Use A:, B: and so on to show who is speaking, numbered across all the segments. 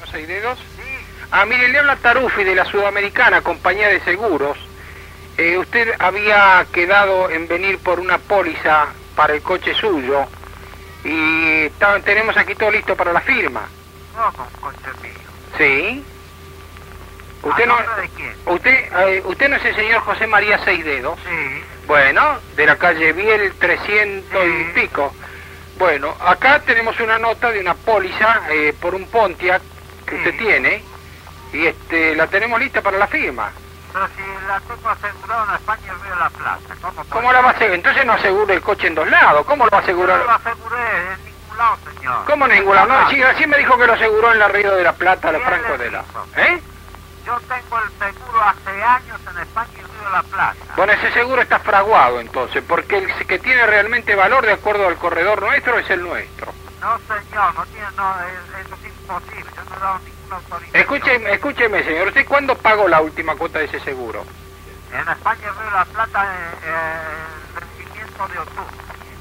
A: ¿Los aireros? Ah, mire, le habla Tarufi de la Sudamericana, compañía de seguros. Eh, usted había quedado en venir por una póliza para el coche suyo y está- tenemos aquí todo listo para la firma.
B: Ojo, coche mío.
A: ¿Sí? ¿Usted
B: ¿A
A: no,
B: nombre de quién?
A: usted, eh, usted no es el señor José María Seis Dedos?
B: Sí.
A: Bueno, de la calle Biel 300 y
B: Sí.
A: pico. Bueno, acá tenemos una nota de una póliza eh, por un Pontiac que usted
B: Sí.
A: tiene y este la tenemos lista para la firma.
B: Pero si la tengo asegurada en España, veo la plaza. ¿Cómo,
A: ¿Cómo la va a asegurar? Entonces no asegura el coche en dos lados. ¿Cómo lo va a
B: asegurar? No la
A: asegurar?
B: aseguré en ningún lado, señor.
A: ¿Cómo en ningún lado? No,
B: Ah.
A: sí, recién me dijo que lo aseguró en la Río de la Plata, la
B: Bien
A: Franco
B: le
A: de la...
B: dijo.
A: ¿Eh?
B: Yo tengo el seguro hace años en España y veo la plaza.
A: Bueno, ese seguro está fraguado entonces, porque el que tiene realmente valor de acuerdo al corredor nuestro es el nuestro.
B: No, señor, no tiene, no, es- eso es imposible. Yo no he dado ninguna autorización.
A: Escúcheme, escúcheme señor, ¿usted cuándo pagó la última cuota de ese seguro?
B: En España veo la plata eh, eh, el vencimiento de octubre.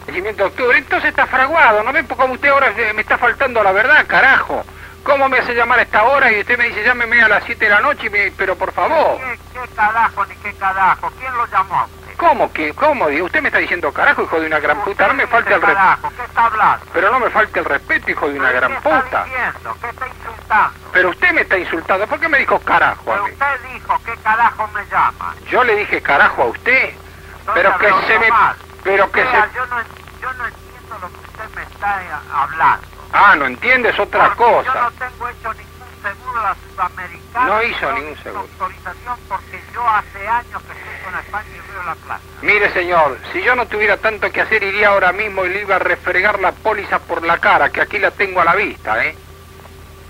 A: Vencimiento de octubre, entonces está fraguado, ¿no ven? Como usted ahora eh, me está faltando la verdad, carajo. ¿Cómo me hace llamar a esta hora y usted me dice llámeme a las 7 de la noche, y me- pero por favor?
B: ¿Qué, ¿Qué carajo ni qué carajo? ¿Quién lo llamó a usted?
A: ¿Cómo que? ¿Cómo? Digo, Usted me está diciendo carajo, hijo de una gran puta, no me
B: Usted
A: falte el
B: dice
A: respeto.
B: carajo, ¿Qué está hablando?
A: Pero no me falte el respeto, hijo de una
B: ¿Pero
A: gran
B: ¿Qué está
A: puta.
B: diciendo? ¿Qué está insultando?
A: Pero usted me está insultando, ¿por qué me dijo carajo a
B: Pero
A: mí?
B: usted dijo, ¿qué carajo me llama?
A: Yo le dije carajo a usted,
B: Entonces
A: pero que
B: habló
A: se me...
B: mal.
A: Pero que se...
B: Vea, yo, no, en- yo no entiendo lo que usted me está eh, hablando.
A: Ah, no entiendes otra
B: Porque Yo
A: cosa.
B: no tengo hecho ningún seguro a la sudamericana.
A: No hizo
B: tengo
A: ningún seguro.
B: autorización porque yo hace años que estoy con España y veo la plaza.
A: Mire, señor, si yo no tuviera tanto que hacer, iría ahora mismo y le iba a refregar la póliza por la cara, que aquí la tengo a la vista, ¿eh?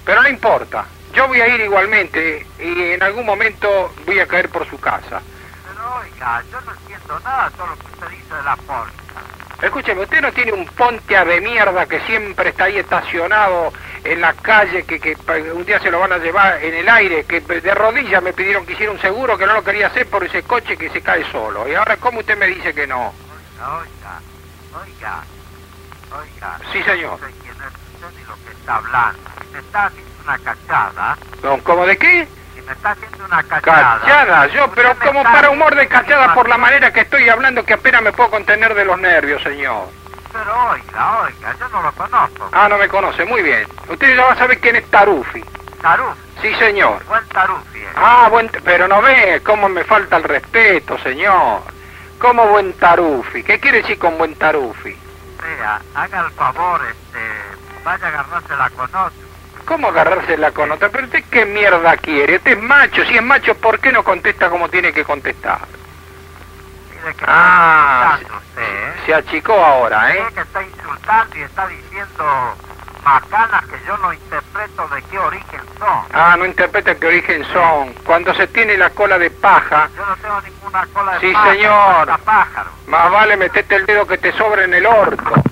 A: Pero no importa, yo voy a ir igualmente y en algún momento voy a caer por su casa.
B: Pero oiga, yo no entiendo nada de todo lo que usted dice de la póliza.
A: Escúcheme, usted no tiene un pontea de mierda que siempre está ahí estacionado en la calle, que, que pa- un día se lo van a llevar en el aire, que de rodillas me pidieron que hiciera un seguro que no lo quería hacer por ese coche que se cae solo. Y ahora, ¿cómo usted me dice que no?
B: Oiga, oiga, oiga, oiga.
A: Sí, señor.
B: No sé quién es usted ni lo que está hablando. Si me está haciendo una cachada,
A: No, ¿Cómo de qué?
B: si me está haciendo una cachada...
A: Cachada, yo,
B: usted
A: pero
B: me
A: como
B: está
A: para humor de
B: haciendo una
A: cachada por la manera que estoy hablando que apenas me puedo contener de los nervios, señor.
B: Pero oiga, oiga, yo no lo conozco.
A: Ah, no me conoce, muy bien. Usted ya va a saber quién es Tarufi.
B: Tarufi,
A: Sí, señor.
B: buen Tarufi. es.
A: Ah, buen, t- pero no ve cómo me falta el respeto, señor. ¿Cómo buen Tarufi? ¿Qué quiere decir con buen Tarufi?
B: Vea, haga el favor, este, vaya a agarrarse la conoce.
A: ¿Cómo agarrársela con otra? Pero usted qué mierda quiere? Usted es macho, si es macho, ¿por qué no contesta como tiene que contestar?
B: Mire que
A: Ah,
B: está insultando usted, ¿eh?
A: Se achicó ahora, ¿eh?
B: Mire que está insultando y está diciendo macanas que yo no interpreto de qué origen son.
A: Ah, no interpreta qué origen son. Cuando se tiene la cola de paja,
B: Yo no tengo ninguna cola de
A: Sí,
B: pájaro,
A: señor.
B: hasta pájaro.
A: más vale meterte el dedo que te sobra en el orto.